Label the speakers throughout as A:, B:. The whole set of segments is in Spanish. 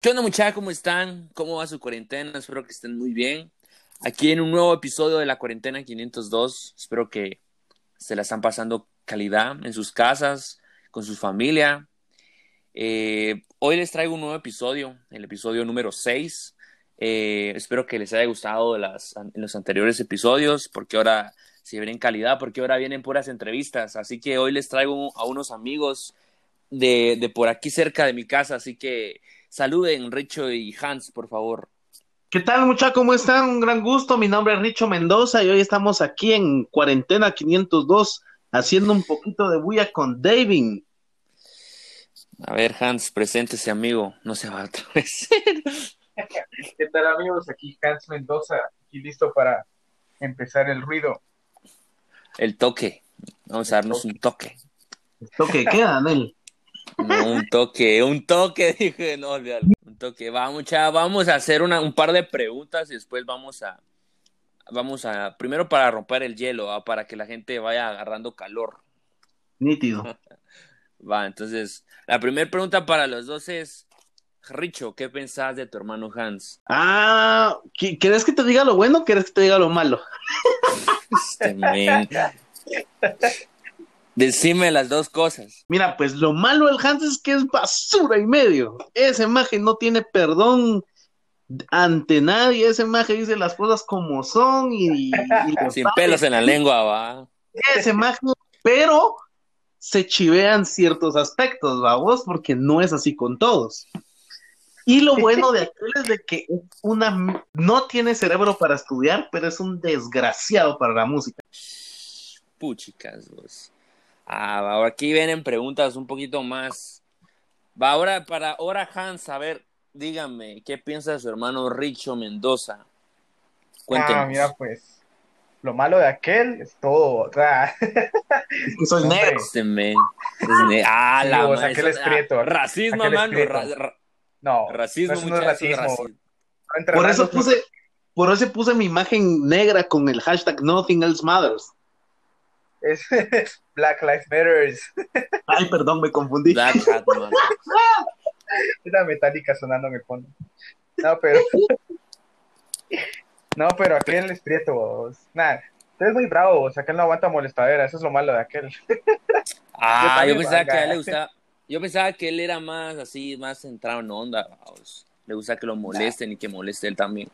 A: ¿Qué onda muchachos? ¿Cómo están? ¿Cómo va su cuarentena? Espero que estén muy bien. Aquí en un nuevo episodio de la cuarentena 502. Espero que se la están pasando calidad en sus casas, con su familia. Eh, hoy les traigo un nuevo episodio, el episodio número 6. Eh, espero que les haya gustado las, an- los anteriores episodios, porque ahora se vienen calidad, porque ahora vienen puras entrevistas. Así que hoy les traigo a unos amigos de, de por aquí cerca de mi casa, así que Saluden, Richo y Hans, por favor.
B: ¿Qué tal, muchachos? ¿Cómo están? Un gran gusto. Mi nombre es Richo Mendoza y hoy estamos aquí en Cuarentena 502 haciendo un poquito de bulla con David.
A: A ver, Hans, preséntese, amigo. No se va otra vez.
C: ¿Qué tal amigos? Aquí Hans Mendoza, aquí listo para empezar el ruido.
A: El toque. Vamos a darnos un toque.
B: Esto que queda, Daniel.
A: No, un toque, un toque, dije. No, olvídalo. Un toque. Vamos, chava, vamos a hacer una, un par de preguntas y después vamos a. Vamos a. Primero para romper el hielo, ¿va? para que la gente vaya agarrando calor.
B: Nítido.
A: Va, entonces, la primera pregunta para los dos es: Richo, ¿qué pensás de tu hermano Hans?
B: Ah, ¿qui- ¿querés que te diga lo bueno o querés que te diga lo malo?
A: Este men. Decime las dos cosas.
B: Mira, pues lo malo del Hans es que es basura y medio. Esa imagen no tiene perdón ante nadie. Esa imagen dice las cosas como son y, y- y-
A: Sin pelos en la lengua, va.
B: esa imagen, pero se chivean ciertos aspectos, vamos, porque no es así con todos. Y lo bueno de aquel es de que una m- no tiene cerebro para estudiar, pero es un desgraciado para la música.
A: Puchicas, vos. Ah, va, ahora aquí vienen preguntas un poquito más. Va, ahora para ahora Hans, a ver, dígame, ¿qué piensa de su hermano Richo Mendoza?
C: Ah,
A: Cuéntenos.
C: mira pues, lo malo de aquel es todo. Ah,
B: Es que soy negro.
A: Este men. Es ne- Ah,
C: pues, Sí,
A: la
C: vos,
A: madre,
C: aquel
A: eso-
C: es prieto.
A: ah, Racismo,
C: Aquel es
A: mano.
C: prieto.
A: ra- ra-
C: no,
A: racismo,
C: no, eso no es
A: muchachos,
C: racismo.
A: racismo.
C: no entra
B: Por
C: nada,
B: eso
C: no-
B: puse, por eso puse mi imagen negra con el hashtag Nothing Else Matters.
C: es Black Lives Matters.
B: Ay, perdón, me confundí.
A: Black hat, mano.
C: Es la metálica sonando en el fondo. No, pero. No, pero aquel es prieto. vos. Nah, usted es muy bravo. vos, Aquel no aguanta molestadera. Eso es lo malo de aquel.
A: Ah, yo
C: Yo también,
A: pensaba que a él
C: vaga.
A: le gustaba. Yo pensaba que él era más así, más centrado en onda. vamos. Le gusta que lo molesten y que moleste él también.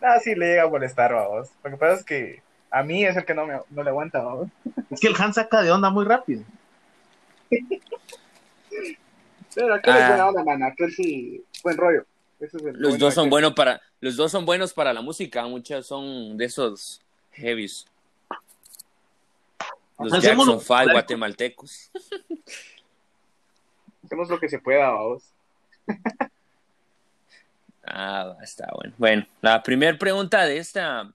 C: Ah, sí le llega a molestar, vamos. Lo que pasa es que a mí es el que no, me, no le aguanta, vamos.
B: Es que el Hans saca de onda muy rápido.
C: Pero aquel
A: Ah.
C: es buena onda, man. Aquel sí, buen rollo. Eso es el
A: Los
C: bueno
A: dos son
C: de aquel.
A: buenos para, los dos son buenos para la música. Muchos son de esos heavies. Los
B: Hacémoslo.
A: Jackson Five guatemaltecos.
C: Hacemos lo que se pueda, vamos.
A: Ah, va, está bueno. Bueno, la primera pregunta de esta,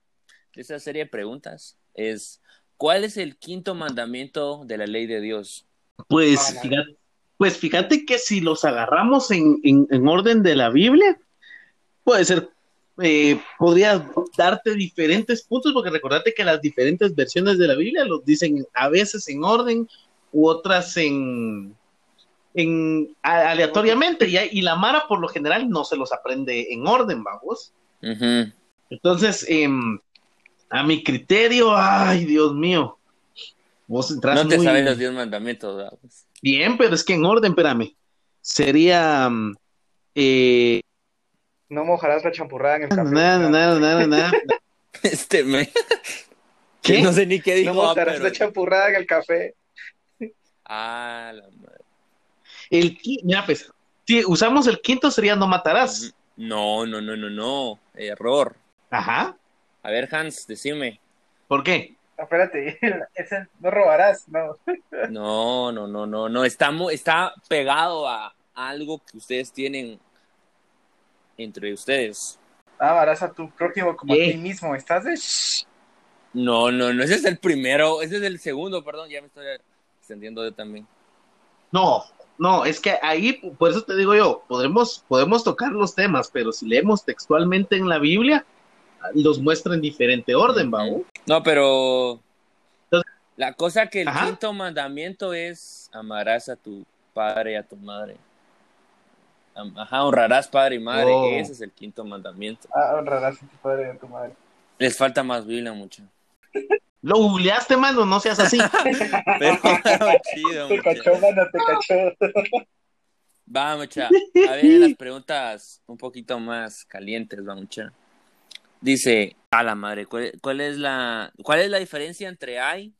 A: de esta serie de preguntas es ¿cuál es el quinto mandamiento de la ley de Dios?
B: Pues,
C: Ah,
B: fíjate, pues fíjate que si los agarramos en, en- en orden de la Biblia, puede ser, eh, podría darte diferentes puntos, porque recordate que las diferentes versiones de la Biblia los dicen a veces en orden, u otras en, en a- aleatoriamente, y, y la Mara por lo general no se los aprende en orden, vamos.
A: Ujú.
B: Entonces, em, a mi criterio, ay, Dios mío, vos entras
A: No te
B: muy-
A: sabes los diez mandamientos. vamos.
B: Bien, pero es que en orden, espérame. Sería. mm, eh,
C: No mojarás la champurrada en el
B: na,
C: café.
B: na, na, na, na.
A: Este me...
B: ¿Qué?
A: No sé ni qué dijo.
C: No mojarás
A: pero-
C: la champurrada en el café.
A: Ah, la madre.
B: El, qui- mira, pues, si usamos el quinto sería no matarás.
A: No, no, no, no, no. Error.
B: Ajá.
A: A ver, Hans, decime.
B: ¿Por qué?
C: No, espérate, ese no robarás, no.
A: No, no, no, no, no. Está, mu- está pegado a algo que ustedes tienen entre ustedes.
C: Amarás Ah, a tu prójimo como
B: ¿Qué?
C: a ti mismo. Estás de shh.
A: No, no, no. Ese es el primero. Ese es el segundo, perdón. Ya me estoy extendiendo yo también.
B: No, no, es que ahí, por eso te digo yo, podemos, podemos tocar los temas, pero si leemos textualmente en la Biblia, los muestra en diferente orden, ¿vamos?
A: No, pero. La cosa que el
B: Ajá.
A: quinto mandamiento es amarás a tu padre y a tu madre. Ajá, honrarás padre y madre.
B: Oh.
A: Ese es el quinto mandamiento.
C: Ah, honrarás a tu padre y a tu madre.
A: Les falta más Biblia, mucho.
B: Lo googleaste, mano, no seas así.
A: Pero, pero chido,
C: Te
A: mucha.
C: cachó, mano, te cachó.
A: Va, mucha. A ver, las preguntas un poquito más calientes, va, mucha. Dice, a la madre, ¿cuál, cuál es la, ¿cuál es la diferencia entre hay,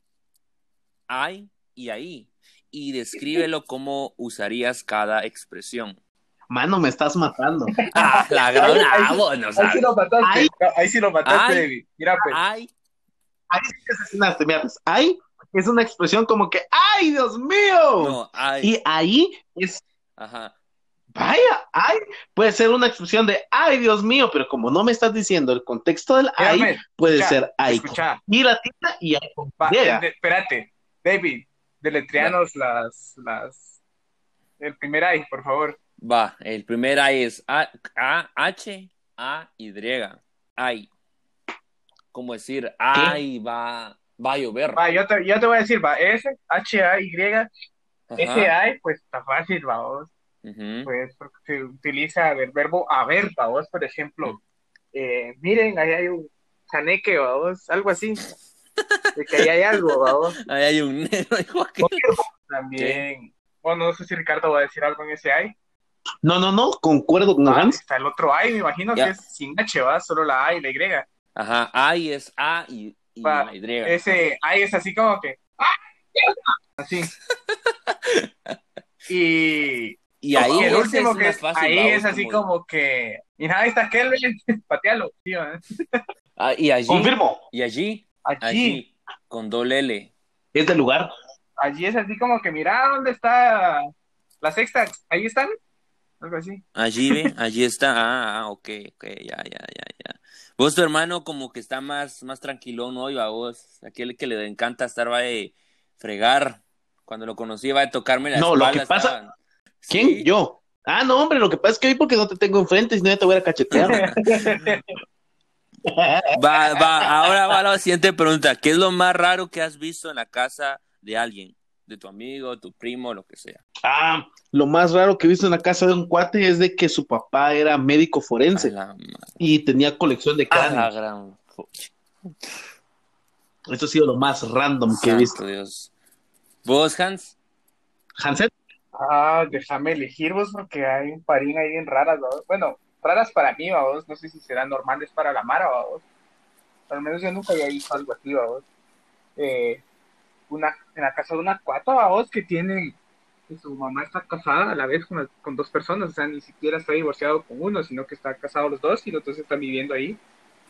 A: hay y ahí? Y descríbelo cómo usarías cada expresión.
B: Mano, me estás matando.
A: Ah, la gran,
C: Ahí- ahí-
A: ah, vos no
C: Ahí sí
A: sabes.
C: lo mataste.
B: Ay.
C: Ahí sí lo mataste,
A: Ay.
C: David. Mira, pues.
A: Hay,
B: Ahí sí que asesinaste, mira, pues, Ahí es una expresión como que, ¡ay, Dios mío!
A: no, hay,
B: Y ahí es,
A: ajá.
B: vaya, ay, puede ser una expresión de, ¡ay, Dios mío! Pero como no me estás diciendo el contexto del ay,
C: Espérame,
B: puede
C: escucha,
B: ser ay.
C: pues, escucha.
B: Y la tita y ay. con
C: Va,
B: griega.
C: de- espérate, David, deletreanos las, las, el primer ay, por favor.
A: Va, el primer A es A, A- H, A, Y. Ay. Como decir, ay, va, va a llover.
C: Va, yo te, yo te voy a decir, va, S, H, A, Y,
A: Ajá.
C: S, A, pues está fácil, va, vos,
A: Ujú.
C: pues porque se utiliza el verbo haber, va, vos, por ejemplo, eh, miren, ahí hay un chaneque, va, vos, algo así, de que ahí hay algo, va, vos,
A: Ahí hay un negro, dijo aquel.
C: pues, también, bueno, no sé si Ricardo va a decir algo en ese ay,
B: No, no, no, concuerdo con
C: Ah,
B: Hans.
C: está el otro ay, me imagino
A: Ya.
C: que es sin H, va, solo la A y la Y,
A: Ajá, ay es A y, y
C: Va,
A: la Y.
C: ese ay es así como que ¡ah! así y,
A: Y ahí
C: y el
A: ese
C: último
A: es
C: que
A: más
C: es,
A: fácil,
C: ahí
A: va,
C: es así como, que mira ahí está aquel ven, patealo tío ¿eh?
A: Ah, y allí,
B: Confirmo,
A: y allí,
C: allí
A: allí, con doble L.
B: es del lugar.
C: allí es así como que mira dónde está la sexta ahí están algo así
A: Allí ve, allí está. Ah, ah, ok, ok, ya, ya, ya, ya. Vos, tu hermano, como que está más, más tranquilón hoy, a vos. Aquel que le encanta estar, va de fregar. Cuando lo conocí, va a tocarme la
B: No, lo
A: espalda.
B: que pasa-
A: estaban.
B: ¿Quién?
A: Sí.
B: Yo. Ah, no, hombre, lo que pasa es que hoy porque no te tengo enfrente, si no ya te voy a cachetear.
A: Va, va, ahora va la siguiente pregunta. ¿Qué es lo más raro que has visto en la casa de alguien? De tu amigo, tu primo, lo que sea.
B: ah, lo más raro que he visto en la casa de un cuate es de que su papá era médico
A: A
B: forense
A: la, ma-
B: y tenía colección de
A: a Ah, la
B: cráneos.
A: gran.
B: Eso ha sido lo más random que he
A: Santo
B: visto.
A: Dios. ¿Vos, Hans?
B: Hanset,
C: ah déjame elegir vos porque hay un parín ahí bien raras ¿va? bueno raras para mí ¿va? vos no sé si serán normales para la Mara ¿va? vos al menos yo nunca había visto algo así, vamos. Eh, una, en la casa de una cuata, vamos, que tiene, que su mamá está casada a la vez con, las- con dos personas, o sea, ni siquiera está divorciado con uno, sino que está casado los dos y los dos están viviendo ahí,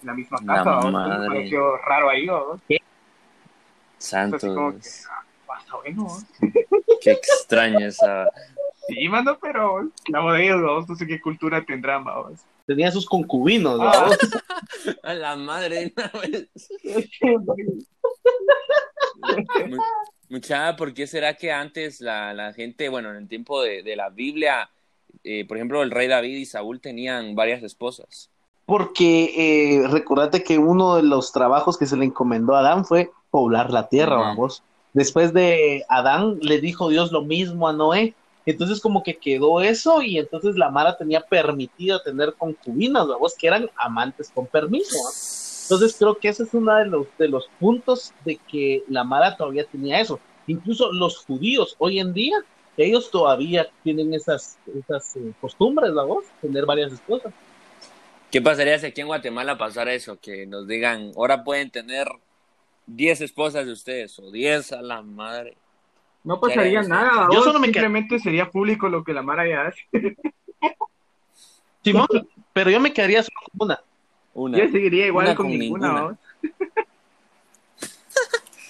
C: en la misma
A: La
C: casa, vamos. Entonces,
A: madre.
C: Me pareció raro ahí, vamos. Entonces,
A: Santo
C: como que,
A: Dios.
C: ah, pasa bueno, vamos.
A: Qué extraña esa.
C: Sí, mando, pero vamos, estamos de ellos, vamos, no sé qué cultura tendrán, vamos.
B: tenía sus concubinos. ¿no?
C: Ah,
A: A la madre, una vez. Mu- Mucha, ¿por qué será que antes la, la gente, bueno, en el tiempo de, de la Biblia, eh, por ejemplo, el rey David y Saúl tenían varias esposas?
B: Porque eh, recordate que uno de los trabajos que se le encomendó a Adán fue poblar la tierra,
A: Ujú.
B: vamos. Después de Adán le dijo Dios lo mismo a Noé. Entonces como que quedó eso y entonces la Mara tenía permitido tener concubinas, vamos, que eran amantes con permiso. ¿va? Entonces creo que ese es uno de los, de los puntos de que la Mara todavía tenía eso. Incluso los judíos hoy en día, ellos todavía tienen esas, esas eh, costumbres, vamos, tener varias esposas.
A: ¿Qué pasaría si aquí en Guatemala pasara eso? Que nos digan, ahora pueden tener 10 esposas de ustedes, o 10 a la madre.
C: No pasaría
A: Yo
C: nada,
B: solo
C: vos,
B: me qued-
C: simplemente sería público lo que la Mara ya hace.
B: Simón, pero yo me quedaría solo con una.
A: Una.
C: Yo seguiría igual
A: Una
C: con,
A: con
C: ninguna,
A: ninguna.
C: vamos.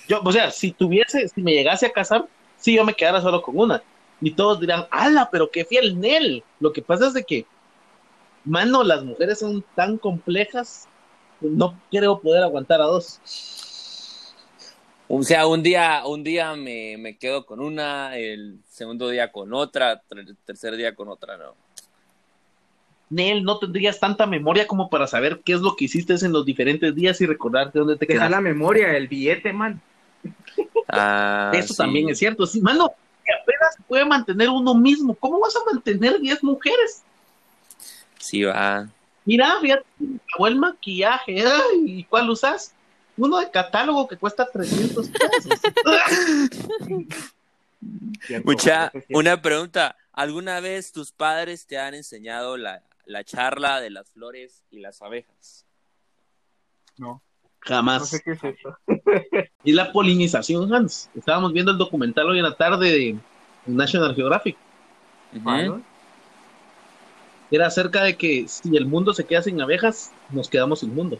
B: Yo, o sea, si tuviese, si me llegase a casar, sí yo me quedara solo con una. Y todos dirán, ala, pero qué fiel Nel. Lo que pasa es de que, mano, las mujeres son tan complejas, no creo poder aguantar a dos.
A: O sea, un día, un día me, me quedo con una, el segundo día con otra, el tercer día con otra, ¿no?
B: Nel, no tendrías tanta memoria como para saber qué es lo que hiciste en los diferentes días y recordarte dónde te
C: Deja
B: quedaste.
C: la memoria, el billete, man.
A: Ah,
B: Eso
A: sí.
B: también es cierto. Sí, mano, que apenas puede mantener uno mismo. ¿Cómo vas a mantener 10 mujeres?
A: Sí, va.
B: Mira, fíjate, o el maquillaje, ay, ¿y cuál usas? Uno de catálogo que cuesta 300 pesos.
C: Cierto,
A: Mucha,
C: eso sí es
A: una pregunta. ¿Alguna vez tus padres te han enseñado la, la charla de las flores y las abejas?
C: No sé
B: Jamás.
C: qué es eso.
B: Y la polinización, Hans. Estábamos viendo el documental hoy en la tarde de National Geographic.
A: Ujú.
C: Ah, ¿no?
B: Era acerca de que si el mundo se queda sin abejas, nos quedamos sin mundo.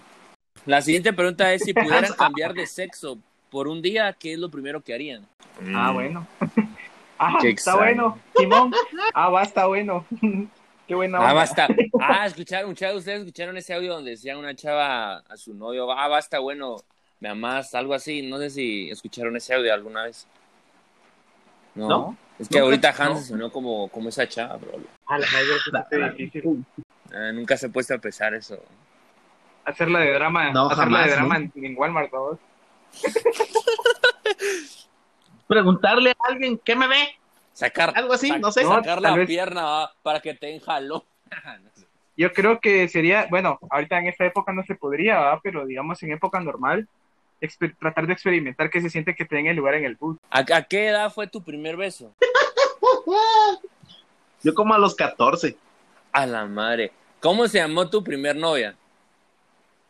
A: La siguiente pregunta es si pudieran cambiar de sexo por un día, ¿qué es lo primero que harían?
B: Mm.
C: Ah, bueno. Ah,
A: Mm. Qué
C: está
A: extraño.
C: bueno. Simón. Ah, va, está bueno. Qué buena
A: Ah,
C: onda.
A: basta. Ah, escucharon, muchachos, ustedes escucharon ese audio donde decía una chava a su novio, ah, basta, bueno, me amás, algo así. No sé si escucharon ese audio alguna vez. No.
B: ¿No?
A: Es que
B: Nunca-
A: ahorita Hans sonó como, como esa chava, bro.
C: A Ah, la mayor que
B: La-
C: esté
B: la-
C: difícil.
A: Ah, nunca se ha puesto a pesar eso.
C: Hacerla de drama.
B: No,
C: hacerla de
B: jamás,
C: drama en, en Walmart, ¿no?
B: Preguntarle a alguien, ¿qué me ve?
A: Sacar,
B: Algo así,
A: sac-
B: no sé.
A: sacar
C: No,
A: la
C: tal vez.
A: pierna va, para que te enjaló.
C: Yo creo que sería, bueno, ahorita en esta época no se podría, ¿verdad? pero digamos en época normal, exper- tratar de experimentar qué se siente que te den el lugar en el bus.
A: ¿A, a qué edad fue tu primer beso?
B: Yo como a los 14.
A: A la madre. ¿Cómo se llamó tu primer novia?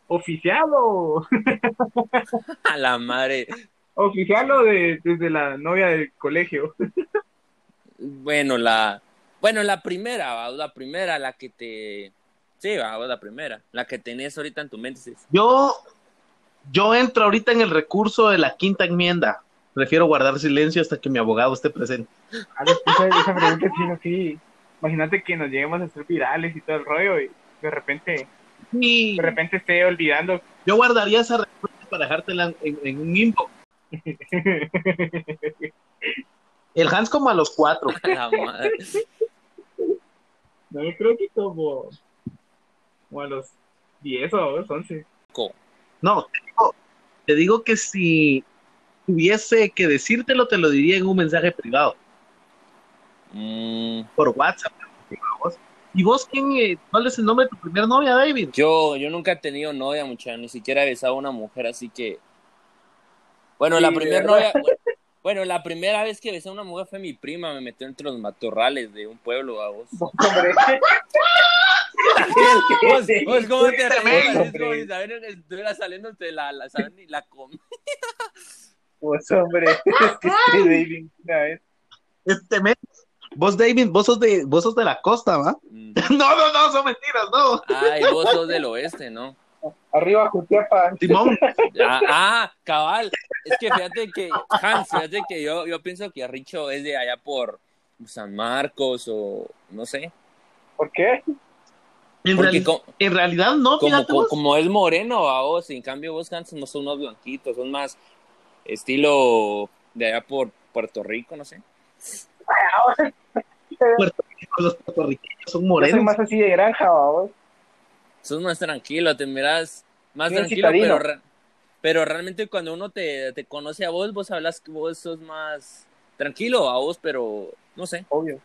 C: Oficial o
A: A la madre.
C: oficial o de, desde la novia del colegio.
A: Bueno, la bueno, la primera, ¿va? la primera, la que te sí, va, la primera, la que tenés ahorita en tu mente. sí.
B: Yo, yo entro ahorita en el recurso de la quinta enmienda. Prefiero guardar silencio hasta que mi abogado esté presente.
C: A ver, Ah, esa, esa pregunta sí, no, sí. Imagínate que nos lleguemos a hacer virales y todo el rollo y de repente,
B: Y
C: de repente esté olvidando.
B: yo guardaría esa respuesta para dejártela en, en un inbox. El Hans como a los cuatro.
A: A la madre.
C: no, yo creo que como, como a los 10 o 11.
A: Co-
B: No, te digo, te digo que si tuviese que decírtelo, te lo diría en un mensaje privado,
A: Mm,
B: por WhatsApp. por voz. ¿Y vos quién? eh, ¿Cuál es el nombre de tu primer novia, David?
A: yo yo nunca he tenido novia, muchacho, ni siquiera he besado a una mujer, así que bueno, la
C: Sí, de
A: primera novia
C: verdad.
A: bueno, bueno, la primera vez que besé a una mujer fue mi prima, me metió entre los matorrales de un pueblo a vos.
C: Hombre,
A: ¿Vos, vos cómo te
B: Este
A: reís?
C: men,
A: Es como
C: hombre.
A: si Saber que estuviera saliéndote la la saber ni la comida.
C: pues hombre, es que este David, una vez.
B: Este mes. Vos, David, vos sos de, vos sos de la costa, ¿va?
A: Mm.
B: No, no, no, son mentiras, no.
A: Ay, vos sos del oeste, ¿no?
C: Arriba Jutiapa.
B: Timón,
A: Ah, ah, cabal. Es que fíjate que, Hans, fíjate que yo, yo pienso que Richo es de allá por San Marcos o no sé.
C: ¿Por qué?
B: en,
A: Porque
B: reali-
A: co-
B: en realidad no,
A: como,
B: fíjate
A: co-
B: vos.
A: como es moreno, a vos, en cambio vos, Hans, no son unos blanquitos, son más estilo de allá por Puerto Rico, no sé.
B: Los puertorriqueños son
C: Yo soy
B: morenos.
C: más así de granja, vos.
A: Sos más tranquilo, te mirás más
C: Bien
A: tranquilo,
C: citadino.
A: pero, re- pero realmente cuando uno te, te conoce a vos, vos hablas, vos sos más tranquilo a vos, pero no sé.
C: Obvio.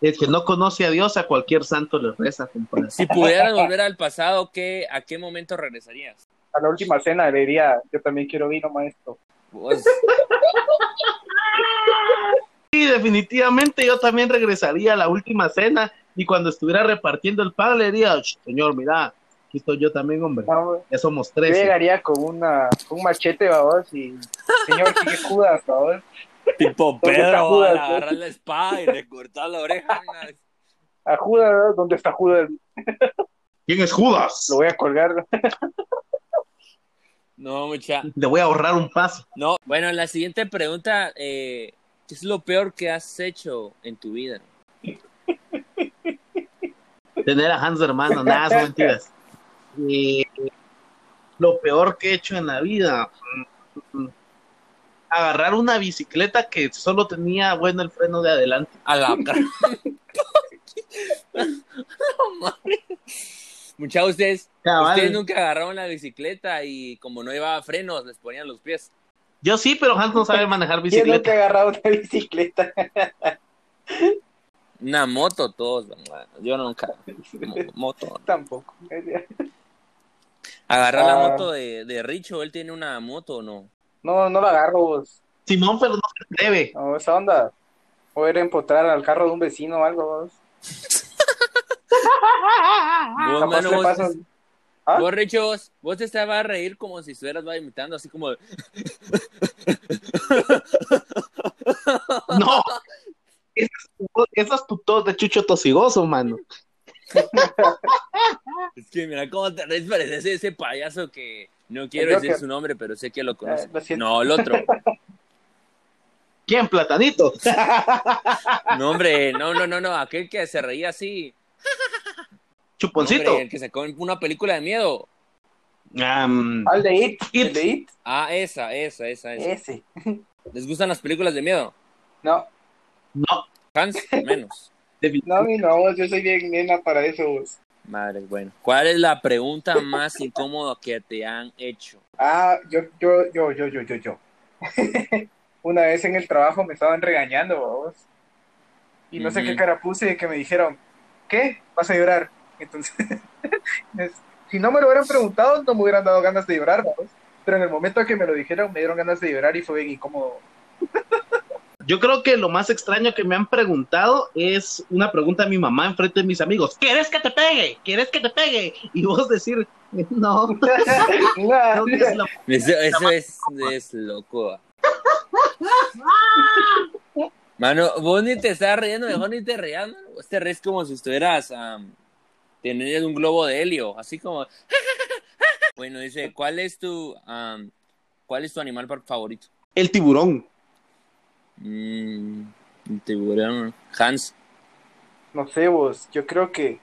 B: El que no conoce a Dios, a cualquier santo le reza, compadre.
A: Si pudieras volver al pasado, ¿qué, ¿a qué momento regresarías?
C: A la última cena le diría, yo también quiero vino, maestro.
A: Vos,
B: Sí, definitivamente yo también regresaría a la última cena y cuando estuviera repartiendo el pan le diría, "Ch, señor, mira, aquí estoy yo también, hombre.
C: No, hombre.
B: Ya somos
C: Yo
B: tres.
C: llegaría con una, con un machete, babos, y señor, sigue Judas, babos.
A: tipo
C: ¿Dónde está
A: Pedro,
C: Judas,
A: al
C: no?
A: agarrar la espada y le cortar la oreja. una vez.
C: A Judas, ¿no? ¿dónde está Judas?
B: ¿Quién es Judas?
C: Lo voy a colgar.
A: No, mucha.
B: Le voy a ahorrar un paso.
A: No. Bueno, la siguiente pregunta, eh, ¿qué es lo peor que has hecho en tu vida?
B: Tener a Hans de hermano, nada, son mentiras. Eh, lo peor que he hecho en la vida, mm, mm, agarrar una bicicleta que solo tenía, bueno, el freno de adelante.
A: A la cara. Mucha, ustedes,
B: Cabal.
A: ustedes nunca agarraron la bicicleta y como no llevaba frenos, les ponían los pies.
B: Yo sí, pero Hans no sabe manejar
C: ¿Quién no te
B: bicicleta.
C: ha agarrado una bicicleta?
A: Una moto todos, man. yo nunca. mo- Moto.
D: Tampoco.
A: Agarrar la
D: Ah.
A: moto de, de Richo, él tiene una moto o no.
D: No, no lo agarro vos.
B: Simón, pero no se atreve.
D: No, esa onda. O era empotrar al carro de un vecino o algo vos.
A: Vos,
D: Capaz
A: mano,
D: le
A: vos-
D: pasan- ¿Ah?
A: Vos, Richo, vos, vos te estabas a reír como si estuvieras va, imitando, así como.
B: No. Esa es, tu voz- esa es tu tos de chucho tosigoso, mano.
A: Es que mira cómo te reís, pareces ese payaso que no quiero
D: El
A: decir
D: Joker.
A: su nombre, pero sé que lo conoce.
D: Eh, lo siento.
A: No, el otro.
B: ¿Quién, platanito?
A: No, hombre, no, no, no, no, aquel que se reía así. No, hombre,
B: Chuponcito.
A: el que sacó una película de miedo.
B: Am,
D: Al de It.
B: It.
D: El de It.
A: Ah, esa, esa, esa, esa.
D: Ese.
A: ¿Les gustan las películas de miedo?
D: No,
B: no.
A: Hans, menos.
B: Defi-
D: no, mi no, vos, yo soy bien nena para eso vos.
A: Madre, bueno. ¿Cuál es la pregunta más incómoda que te han hecho?
D: Ah, yo, yo, yo, yo, yo, yo, yo. Una vez en el trabajo me estaban regañando, vos. Y no sé
A: Ujú.
D: qué cara puse de que me dijeron, ¿qué? ¿Vas a llorar? Entonces, es- si no me lo hubieran preguntado, no me hubieran dado ganas de llorar, vos. Pero en el momento que me lo dijeron, me dieron ganas de llorar y fue bien incómodo.
B: Yo creo que lo más extraño que me han preguntado es una pregunta a mi mamá enfrente de mis amigos. ¿Quieres que te pegue? ¿Quieres que te pegue? Y vos decir, no, creo que es lo-
A: Eso, eso es, es loco. Mano, vos ni te estás riendo, mejor ni te rías, mano. Vos te ríes como si estuvieras am, teniendo un globo de helio, así como. Bueno, dice, ¿cuál es tu am, cuál es tu animal par- favorito?
B: el tiburón.
A: Mm, un tiburón. Hans.
D: No sé, vos. Yo creo que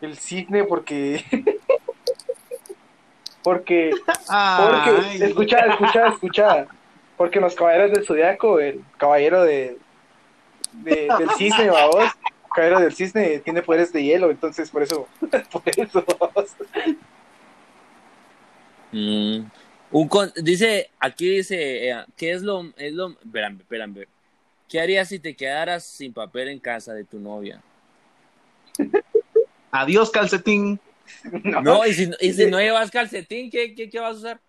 D: el cisne, porque. porque. Porque,
B: Ay.
D: escucha, escucha, escucha. Porque en los caballeros del zodiaco, el caballero de, de- del cisne, vamos. El caballero del cisne tiene poderes de hielo, entonces por eso. Por eso, vamos.
A: Mm, un con- dice, aquí dice, eh, ¿qué es lo, es lo, espérame, espérame. ¿Qué harías si te quedaras sin papel en casa de tu novia?
B: Adiós, calcetín.
D: No,
A: No, y si, y si no llevas calcetín, ¿qué, qué, qué vas a usar?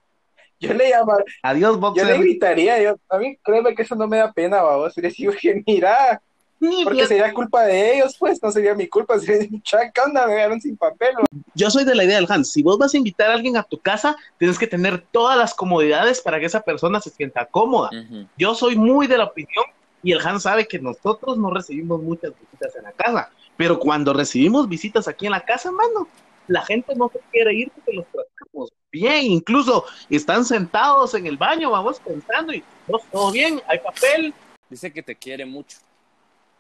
D: Yo le llamaría,
B: Adiós,
D: yo le
B: boxer.
D: gritaría, yo, a mí créeme que eso no me da pena, vamos. Y les digo que mira,
B: Ni
D: porque
B: bien.
D: sería culpa de ellos, pues, no sería mi culpa, sería "Cha, ¿qué onda? Me dejaron sin papel, vamos".
B: Yo soy de la idea del Hans. Si vos vas a invitar a alguien a tu casa, tienes que tener todas las comodidades para que esa persona se sienta cómoda.
A: Ujú.
B: Yo soy muy de la opinión y el Hans sabe que nosotros no recibimos muchas visitas en la casa, pero cuando recibimos visitas aquí en la casa, mano, la gente no se quiere ir porque los tratamos bien, incluso están sentados en el baño, vamos pensando y "Vos, todo bien, hay papel.
A: Dice que te quiere mucho.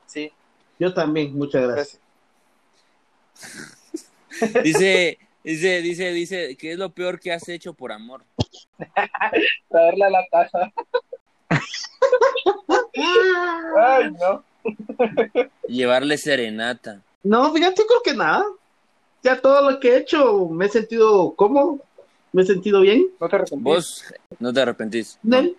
D: Sí,
B: Yo también, muchas gracias.
D: gracias.
A: Dice, dice, dice, dice, ¿qué es lo peor que has hecho por amor?
D: Traerla a la casa.
B: Ah,
D: Ay, no.
A: Llevarle serenata.
B: No, fíjate, yo creo que nada. Ya todo lo que he hecho me he sentido cómodo, me he sentido bien.
D: No te Oh. arrepentís.
A: Vos no te arrepentís.
B: Nel,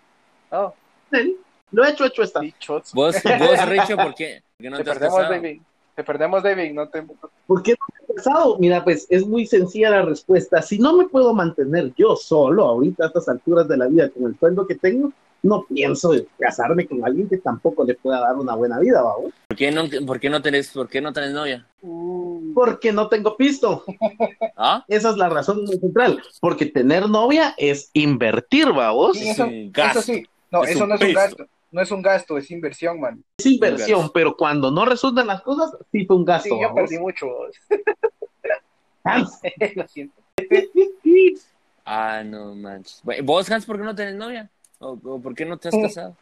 D: No,
B: Nel, lo he hecho, hecho está.
D: sí, chots.
A: Vos, vos, Richo, ¿por qué? ¿Por qué no
D: te
A: te has
D: perdemos,
A: casado?
D: David. Te perdemos, David. No te...
B: ¿Por qué no me he casado? Mira, pues es muy sencilla la respuesta. Si no me puedo mantener yo solo ahorita a estas alturas de la vida con el sueldo que tengo, no pienso casarme con alguien que tampoco le pueda dar una buena vida, ¿vamos?
A: ¿Por qué no, por qué no tenés, por qué no tenés novia?
D: Uh.
B: Porque no tengo pisto.
A: ¿Ah?
B: Esa es la razón central. Porque tener novia es invertir, ¿vamos?
D: Sí, eso,
A: un gasto.
D: eso sí. No,
A: Es
D: eso
A: un
D: no es un
A: peso.
D: gasto. No es un gasto, es inversión, man.
B: Es inversión, pero cuando no resultan las cosas, sí fue un gasto.
D: Sí, yo
B: ¿vamos?
D: perdí mucho.
B: Ay,
D: Lo siento.
A: Ah, no manches. Bueno, ¿Vos, Hans, por qué no tenés novia? ¿O, o por qué no te has casado?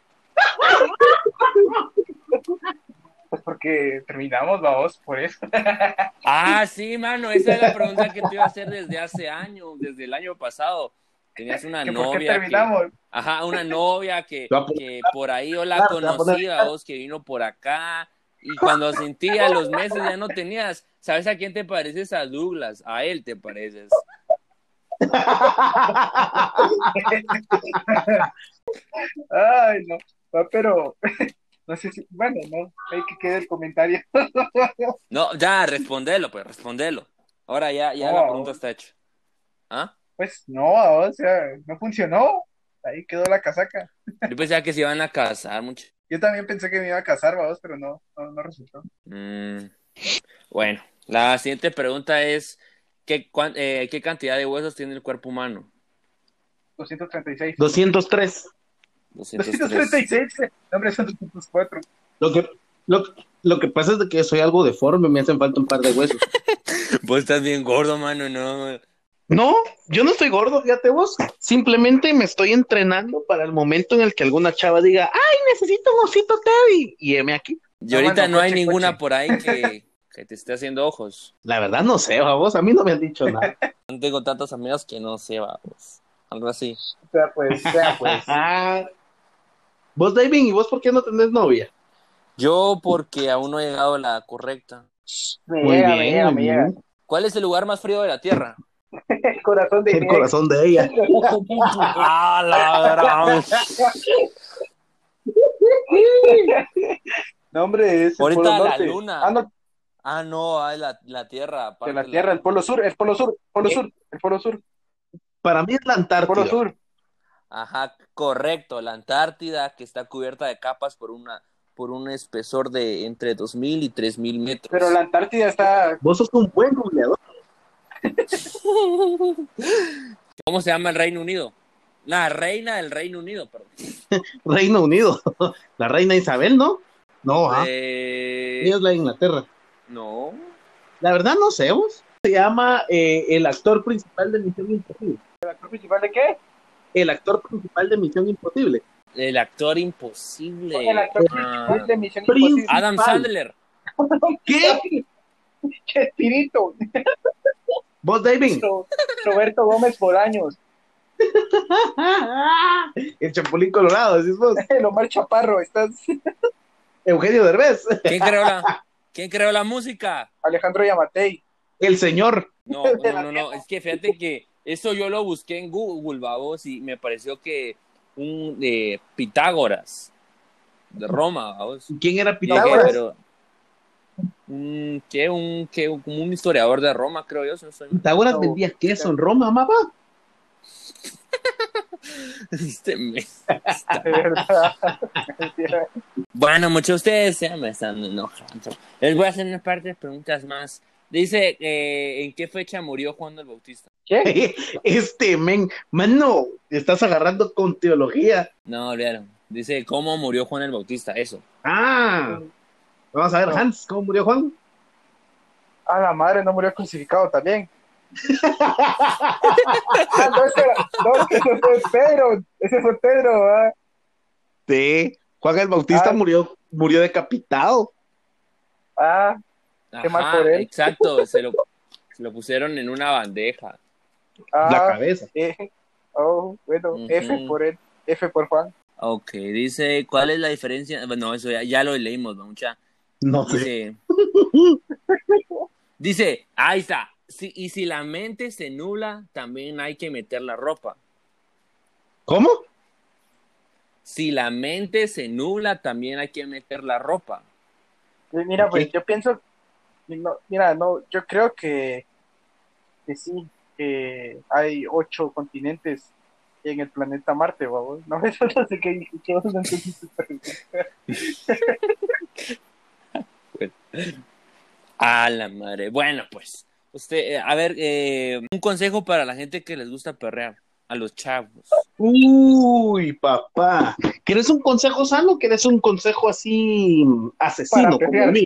D: Pues porque terminamos, vamos, por eso.
A: Ah, sí, mano, esa es la pregunta que te iba a hacer desde hace años, desde el año pasado. Tenías una
D: ¿Que ¿Por qué
A: novia. Ah, que-
D: terminamos?
A: ajá, una novia que,
B: Te va a poner-
A: que por ahí yo la
B: claro, te va a poner-
A: conocía, vos que vino por acá. Y cuando sentía los meses ya no tenías. ¿Sabes a quién te pareces? A Douglas. A él te pareces.
D: Ay, no. No, pero No sé si, bueno, no, hay que quede el comentario.
A: No, ya, respondelo, pues, respondelo. Ahora ya, ya la
D: No.
A: pregunta está hecha. ¿Ah?
D: Pues no, o sea, no funcionó. Ahí quedó la casaca.
A: Yo pensaba que se iban a casar mucho.
D: Yo también pensé que me iba a casar, vamos, pero no, no, no resultó.
A: Mm, Bueno, la siguiente pregunta es, ¿qué, cuán- eh, ¿qué cantidad de huesos tiene el cuerpo humano?
D: 236.
B: 203.
A: 236.
D: 236. eh. No, hombre, son 204.
B: Lo que, lo, lo que pasa es de que soy algo deforme, me hacen falta un par de huesos.
A: Vos estás bien gordo, mano, no.
D: Ah,
B: No, yo no estoy gordo, fíjate vos. Simplemente me estoy entrenando para el momento en el que alguna chava diga, ay, necesito un osito Teddy. Y heme aquí.
A: Y
D: No,
A: ahorita
D: bueno,
A: no hay
D: coche,
A: ninguna
D: coche.
A: por ahí que, que te esté haciendo ojos.
B: La verdad no sé, vos, a mí no me han dicho nada.
A: No tengo tantas amigas que no sé, vamos. Algo así.
D: O sea, pues, o sea, pues.
B: Ajá. vos, David, ¿y vos por qué no tenés novia?
A: Yo porque aún no he llegado a la correcta.
D: Me
B: Muy
D: llega, me
B: bien,
D: llega,
B: muy
D: me llega.
B: bien.
A: ¿Cuál es el lugar más frío de la Tierra?
D: El corazón de
B: El
D: Greg.
B: corazón de ella.
A: ¡Ah, la gran!
D: No, hombre, es el
A: Ahorita
D: Polo
A: la
D: Norte.
A: luna.
D: Ah, no,
A: Ah, no, ah, la, la Tierra.
D: de
A: aparte
D: la Tierra, el Polo Sur, el Polo Sur, Polo Sur, el Polo Sur,
B: Para mí es la
D: el Polo
B: Antártida.
D: Sur.
A: Ajá, correcto. La Antártida, que está cubierta de capas por una por un espesor de entre 2.000 y 3.000 metros.
D: Pero la Antártida está
B: Vos sos un buen googleador.
A: ¿Cómo se llama el Reino Unido? La reina del Reino Unido, perdón.
B: Reino Unido. La reina Isabel, ¿no? No, ah.
A: Eh,
B: Ella es la de Inglaterra.
A: No.
B: La verdad no sé, vos. Se llama eh, el actor principal de Misión Imposible.
D: ¿El principal de qué?
B: El actor principal de Misión Imposible.
A: El actor imposible.
D: El actor
A: Ah,
D: principal de Misión
B: Prince.
D: Imposible.
A: Adam
B: principal.
A: Sandler.
B: Ah, ¿Qué?
D: Chespirito,
B: Vos, David.
D: Ro- Roberto Gómez Bolaños,
B: el Chapulín Colorado, decís vos.
D: el Omar Chaparro, estás
B: Eugenio Derbez.
A: ¿Quién creó la, ¿quién creó la música?
D: Alejandro Yamatei.
B: El señor.
A: No, no, no, no, es que fíjate que eso yo lo busqué en Google, babos, y me pareció que un de Pitágoras de Roma, babos.
B: ¿Quién era
A: Y dije,
B: Pitágoras?
A: pero un que un que como un historiador de Roma, creo yo, si no soy mal.
B: Pitágoras
D: No.
B: vendía queso en Roma, mamá.
A: Este mes.
D: De verdad.
A: Bueno, muchos de ustedes ya me están enojando. Les voy a hacer unas partes preguntas más. Dice, eh, ¿en qué fecha murió Juan el Bautista?
D: ¿Qué?
B: Este men, mano, te estás agarrando con teología.
A: No, olvidaron. Dice, ¿cómo murió Juan el Bautista? Eso.
B: Ah, vamos a ver, Hans, ¿cómo murió Juan?
D: A la madre, no murió crucificado también. Ah, no, espera, no, ese fue Pedro, ese fue Pedro, ¿verdad?
B: Sí, Juan el Bautista
D: Ah.
B: murió, murió decapitado.
D: Ah, Qué mal por él.
A: exacto. Se lo, se lo pusieron en una bandeja.
B: La
D: ah,
B: cabeza.
D: eh, oh, bueno,
A: Ujú.
D: F por él, F por Juan.
A: Ok, dice, ¿cuál es la diferencia? Bueno, eso ya, ya lo leímos, ¿no? mucha.
B: No sé.
A: Dice, dice, ahí está. Si- y si la mente se nula, también hay que meter la ropa.
B: ¿Cómo?
A: Si la mente se nula, también hay que meter la ropa.
D: Eh, Mira, pues
B: Ok.
D: yo pienso, no, mira, no, yo creo que, que sí, que hay ocho continentes en el planeta Marte, vamos. No, eso no sé qué, qué vas a hacer.
A: A la madre. Bueno, pues, usted, eh, a ver, eh, un consejo para la gente que les gusta perrear, a los chavos.
B: Uy, papá. ¿Quieres un consejo sano o quieres un consejo así asesino
D: Para
B: como
D: pelear.
B: mí?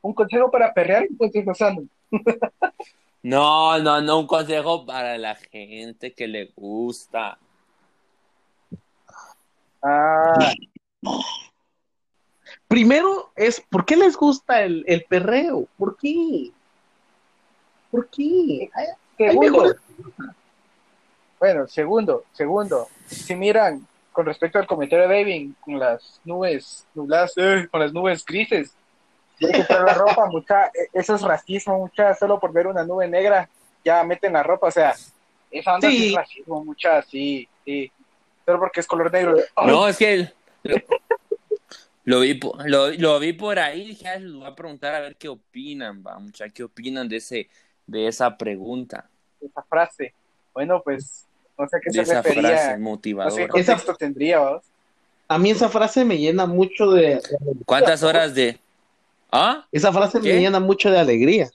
D: un consejo para perrear, un consejo sano.
A: No, no, no, un consejo para la gente que le gusta.
D: Ah,
B: Primero es, ¿por qué les gusta el, el perreo? ¿Por qué? ¿Por qué? Ay, hay
D: segundo,
B: mejores-
D: bueno, segundo, segundo, si miran con respecto al comentario de David, con las nubes nubladas, eh, con las nubes grises, si hay que comprar la ropa, mucha, eh, eso es racismo, mucha, solo por ver una nube negra, ya meten la ropa, o sea, esa onda sí,
B: Sí.
D: es racismo, mucha, sí, sí, solo porque es color negro. Ay,
A: No, es que Lo vi, po- lo, lo vi por ahí y dije, "Ah, les voy a preguntar a ver qué opinan, va, mucha, qué opinan de, ese, de esa pregunta,
D: esa frase. Bueno, pues no sé a qué
A: de
D: se
A: esa
D: refería.
A: frase
D: no sé qué
A: motivadora.
D: contexto tendría, vos.
B: A mí esa frase me llena mucho de...
A: ¿Cuántas horas de...? ¿Ah?
B: Esa frase
A: ¿Qué?
B: me llena mucho de alegría.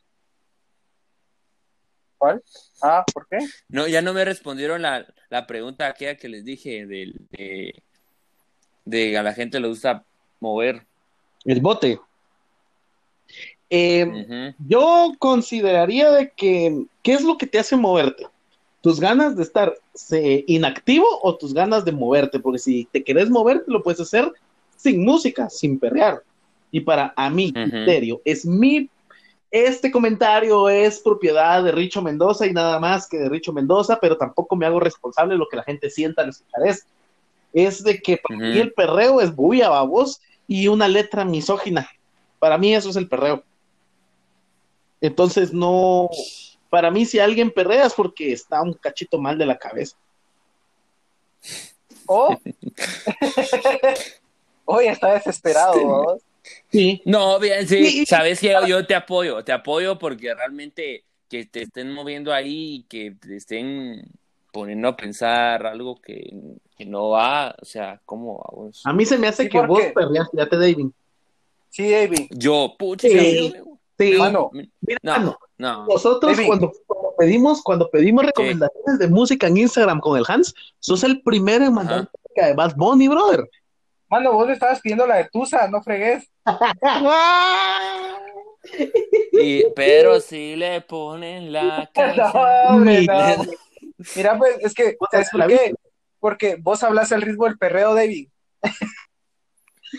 D: Ah, ¿por qué?
A: No, ya no me respondieron la, la pregunta aquella que les dije del- de, de a la gente le gusta mover.
B: El bote. Eh,
D: Em,
A: Ujú.
B: Yo consideraría de que, ¿qué es lo que te hace moverte? ¿Tus ganas de estar se- inactivo o tus ganas de moverte? Porque si te querés moverte, lo puedes hacer sin música, sin perrear. Y para a mí,
A: Ujú.
B: criterio, es mi, este comentario es propiedad de Richo Mendoza y nada más que de Richo Mendoza, pero tampoco me hago responsable de lo que la gente sienta al escuchar esto. Es de que para
A: Ujú.
B: mí el perreo es bulla, babos, y una letra misógina. Para mí eso es el perreo. Entonces no, para mí si alguien perrea es porque está un cachito mal de la cabeza.
D: O, hoy está desesperado, vos.
B: Sí.
A: No, bien,
B: Y-
A: sí,
B: y-
A: sabes que yo te apoyo, te apoyo porque realmente que te estén moviendo ahí y que te estén poniendo a pensar algo que, que no va, o sea, ¿cómo vamos?
B: A mí se me hace
D: Sí,
B: que
D: ¿por
B: vos
D: qué?
B: perreaste, ya te David.
D: Sí, David.
A: Yo, pucha,
B: Sí, Sí,
D: Mano,
B: mira,
A: no,
B: mano,
A: no.
B: nosotros
D: David.
B: cuando, cuando pedimos, cuando pedimos recomendaciones de música en Instagram con el Hans, sos el primero en mandar
A: Ajá.
B: música de Bad Bunny, brother.
D: Mano, vos le estabas pidiendo la de Tusa, no fregues.
B: Ah.
A: Y, pero si le ponen la
D: No,
A: canción.
D: hombre, no,
B: Mira.
D: hombre. Mira, pues, es que,
B: Vos
D: ¿sabes
B: te
D: por
B: la
D: qué?
B: viste.
D: Porque vos hablas el ritmo del perreo, David.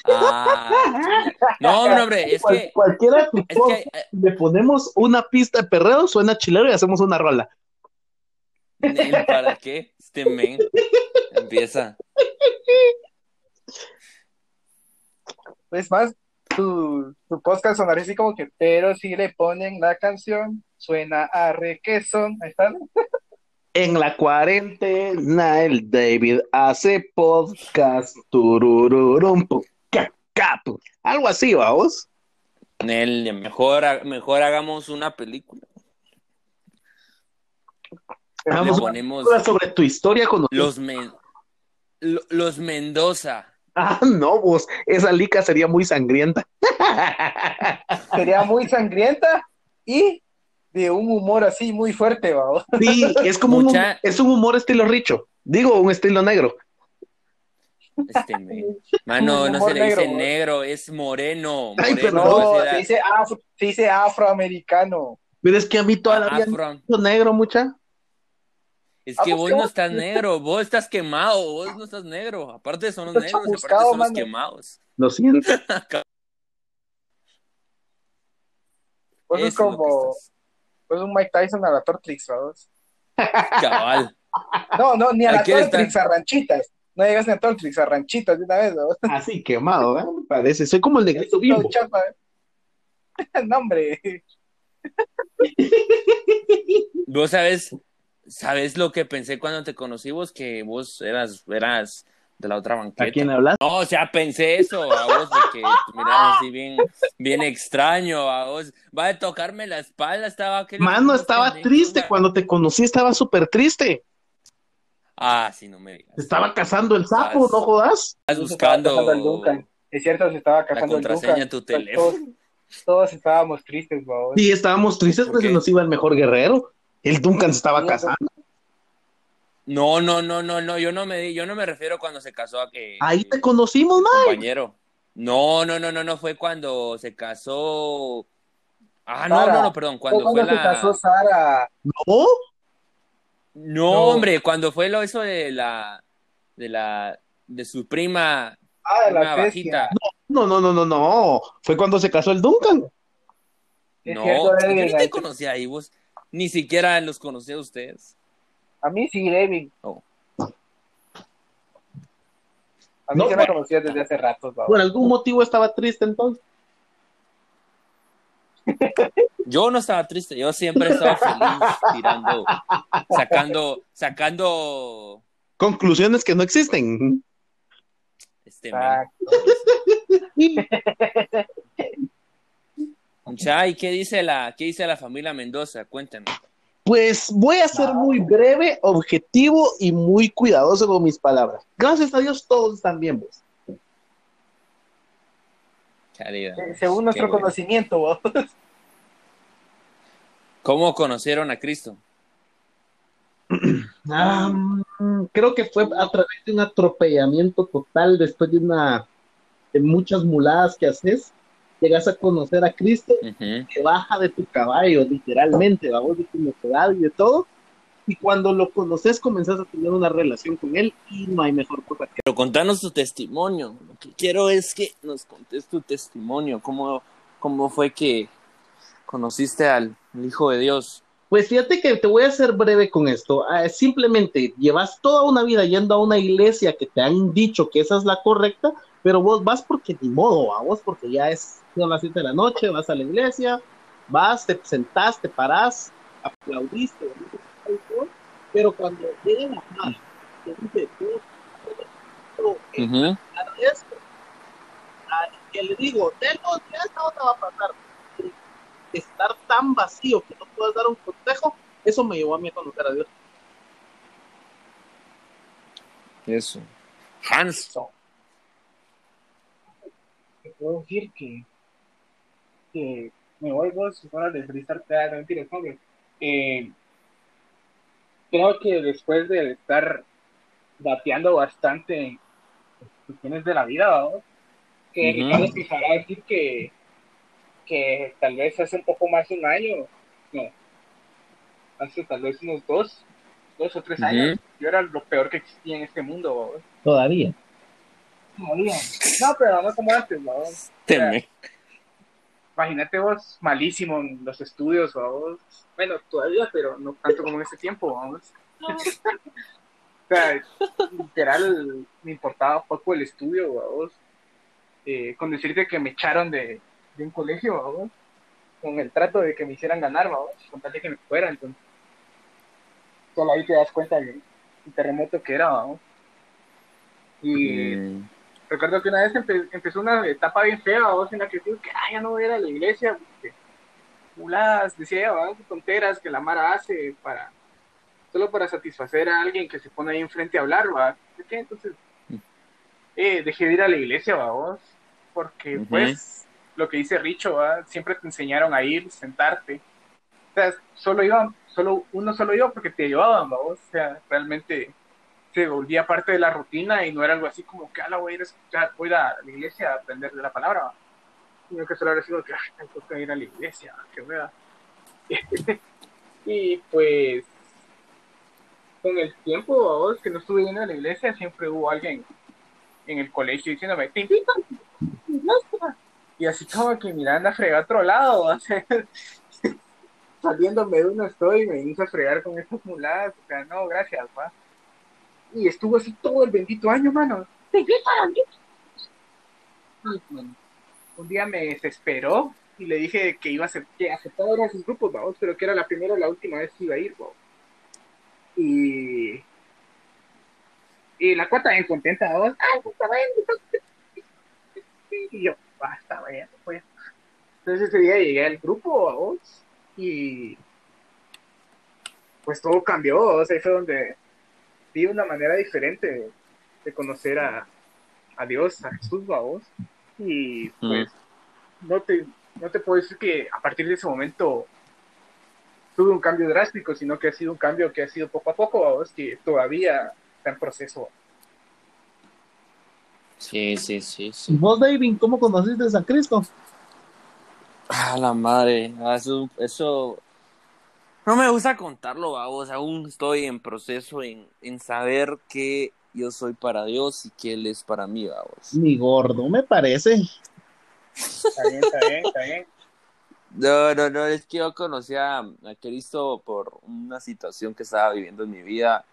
A: Ah, no, no, hombre, es
B: Cual-
A: que,
B: cualquiera que
A: es que, eh,
B: le ponemos una pista de perreo, suena chilero y hacemos una rola.
A: Nel, ¿para qué? Este men empieza.
D: Es más, tu, tu podcast sonaría así como que, pero si le ponen la canción, suena a requesón. Ahí está, ¿no?
B: En la cuarentena, el David hace podcast. Turururum, pu, ca, ca, pu. Algo así, vamos.
A: Nel, mejor, ha- mejor hagamos una película. Le
B: Hagamos una
A: ponemos
B: Habla sobre tu historia con
A: los, Men- lo- los Mendoza.
B: Ah, no, vos. Esa lica sería muy sangrienta.
D: Sería muy sangrienta y de un humor así muy fuerte, vamos.
B: Sí, es como un,
A: Mucha-
B: es un humor estilo richo. Digo, un estilo negro.
A: Este men. Mano, no se le dice negro, es moreno.
B: Ay,
A: Moreno,
B: perdón.
D: No,
A: ese
D: se
A: era
D: dice, afro- se dice afroamericano.
B: Pero es que a mí toda la vida
A: afro.
B: me han dicho negro, mucha.
A: Es
D: Ah,
A: que
D: pues,
A: vos
D: ¿qué
A: no
D: vos-
A: estás negro, vos estás quemado, vos no estás negro. Aparte son los
D: Estás
A: negros, aparte
D: chamuscado,
A: son los
D: mano.
A: quemados.
B: Lo siento.
D: Vos
A: Eso
D: sos
A: es lo que
D: como
A: estás.
D: vos un Mike Tyson a la Tortrix, vamos.
A: Cabal.
D: No, no, ni a
A: Ahí
D: la
A: quiere
D: Tortrix, a ranchitas. No llegas ni a Tortrix, a ranchitas de una vez, vamos.
B: Así quemado, ¿eh? Me parece. Soy como el negrito bimbo.
D: No, chapa. ¿eh? No, hombre.
A: Vos sabes, sabes lo que pensé cuando te conocí vos, que vos eras, eras de la otra
B: ¿A
A: banqueta.
B: quién le hablas?
A: No, o sea, pensé eso, a vos, de que te mirabas así bien, bien extraño, a vos. Va a tocarme la espalda, estaba que
B: Mano, estaba triste. Cuando te conocí estaba súper triste.
A: Ah, sí, no me digas.
B: Te estaba cazando el sapo,
A: Estás-
B: no jodas.
A: Estás
D: Se estaba cazando al
A: buscando
D: Duncan. Es cierto, se estaba
A: la
D: cazando el
A: contraseña
D: Duncan.
A: de tu
D: Todos,
A: teléfono.
D: todos estábamos tristes, vamos.
B: Sí, estábamos tristes
A: ¿Por
B: porque se
A: qué?
B: nos iba el mejor guerrero. El Duncan se estaba
D: Sí,
B: casando.
A: No, no, no, no, no, yo no me di- yo no me refiero cuando se casó a que
B: Ahí te conocimos, man.
A: compañero. No, no, no, no, no fue cuando se casó. Ah, no,
D: Sara.
A: no, no, perdón, cuando
D: Fue
A: fue
D: se
A: la
D: casó Sara.
B: No,
A: No,
D: No.
A: hombre, cuando fue lo eso de la de la de su prima
D: Ah, de la
A: una
D: bestia.
A: bajita.
B: no, no, no, no, no. Fue cuando se casó el Duncan.
D: Es
A: No, pues,
D: cierto, Edwin,
A: yo no
D: ahí-
A: te conocí ahí vos, ni siquiera los conocí a ustedes.
D: A mí sí, David.
A: Oh.
D: A mí
B: No,
D: ya me
B: bueno.
D: conocías desde hace rato, vamos.
B: Por algún motivo estaba triste entonces.
A: Yo no estaba triste, yo siempre estaba feliz tirando, sacando, sacando
B: Conclusiones que no existen.
A: es- este man.
C: Exacto.
A: Mucha, ¿y qué dice la, qué dice la familia Mendoza? Cuéntame.
B: Pues voy a ser muy breve, objetivo y muy cuidadoso con mis palabras. Gracias a Dios todos están bien, pues.
A: Calidad.
D: Eh, Según nuestro
A: Qué bueno.
D: conocimiento, vos.
A: ¿Cómo conocieron a Cristo?
B: Ah, mm, creo que fue a través de un atropellamiento total después de una de muchas muladas que haces. Llegas a conocer a Cristo
A: Ujú.
B: te baja de tu caballo, literalmente, vamos de tu mocedad y de todo. Y cuando lo conoces, comenzás a tener una relación con él y no hay mejor cosa que
A: Pero contanos tu testimonio. Lo que quiero es que nos contes tu testimonio. ¿Cómo, cómo fue que conociste al, al Hijo de Dios?
B: Pues fíjate que te voy a ser breve con esto. Ah, simplemente llevas toda una vida yendo a una iglesia que te han dicho que esa es la correcta, pero vos vas porque ni modo, a vos porque ya es son las 7 de la noche, vas a la iglesia, vas, te sentás, te parás, aplaudiste, ¿no? pero cuando llegan a hablar, te dice, "Tú, tú,
D: Eh,
B: tú,
A: Ujú.
B: claro, esto. Ah, que le digo, tengo ya esta onda va a pasar. Estar tan vacío que no puedas dar un consejo, eso me llevó a mí a conocer a Dios.
A: Eso. Hans.
C: te puedo decir que, que me voy vos si fuera de freestyle te da mentiras, hombre. Eh, creo que después de estar dateando bastante en cuestiones de la vida, ¿vamos? que
A: Ujú.
C: Ricardo empezará a decir que, que tal vez hace un poco más de un año, no, hace tal vez unos dos, dos o tres
A: Ujú.
C: años, yo era lo peor que existía en este mundo, ¿vamos?
B: Todavía.
C: Todavía. No, pero no como antes, ¿vamos?
A: Teme.
C: imagínate vos, malísimo en los estudios, vos. Bueno, todavía, pero no tanto como en ese tiempo, vamos. o sea, literal, me importaba poco el estudio, vamos. Eh, con decirte que me echaron de, de un colegio, vamos. Con el trato de que me hicieran ganar, vamos. Con tal de que me fuera, entonces. Solo ahí te das cuenta del del terremoto que era, vamos. Y
A: Mm.
C: recuerdo que una vez empe- empezó una etapa bien fea, vos, en la que digo que "Ah, ya no voy a ir a la iglesia, porque muladas, decía ella, ¿va? tonteras que la Mara hace para solo para satisfacer a alguien que se pone ahí enfrente a hablar, ¿va? ¿De qué? Entonces, eh, dejé de ir a la iglesia, ¿va vos, porque
A: Ujú.
C: pues lo que dice Richo, ¿va? siempre te enseñaron a ir, sentarte. O sea, solo iban, solo uno solo iba porque te llevaban, ¿va vos, o sea, realmente se volvía parte de la rutina y no era algo así como que "Ah, la voy a ir a escuchar, voy a ir a la iglesia a aprender de la palabra, ¿va? sino que solo era así como que "Ah, tengo que ir a la iglesia, que hueva. y pues con el tiempo vos, que no estuve yendo a la iglesia, siempre hubo alguien en el colegio diciéndome, te invito a la iglesia". Y así como que Miranda fregó a otro lado, o sea, saliéndome de uno estoy, me hizo fregar con estas muladas, o sea, no, gracias, pa. Y estuvo así todo el bendito año, mano. Te invito a la iglesia". Ay, mano. Un día me desesperó y le dije que iba a aceptar, que aceptaba ir a sus grupos, vamos, pero que era la primera o la última vez que iba a ir, vamos. Y, y la cuata bien contenta, vos, ay, puta madre". Y yo, basta, vaya, pues. Entonces ese día llegué al grupo, vos, y pues todo cambió, vos, ahí fue donde vi una manera diferente de conocer a, a Dios, a Jesús, vos. Y pues, no te, no te puedo decir que a partir de ese momento tuve un cambio drástico, sino que ha sido un cambio que ha sido poco a poco, vamos, que todavía está en proceso.
A: Sí, sí, sí, sí.
B: ¿Y vos, David, cómo conociste a San Cristo?
A: Ah, la madre. Ah, eso, eso. No me gusta contarlo, babos. Aún estoy en proceso en, en saber que yo soy para Dios y que Él es para mí, babos.
B: Mi gordo, me parece.
C: Está bien, está bien, está bien.
A: No, no, no, es que yo conocí a, a Cristo por una situación que estaba viviendo en mi vida,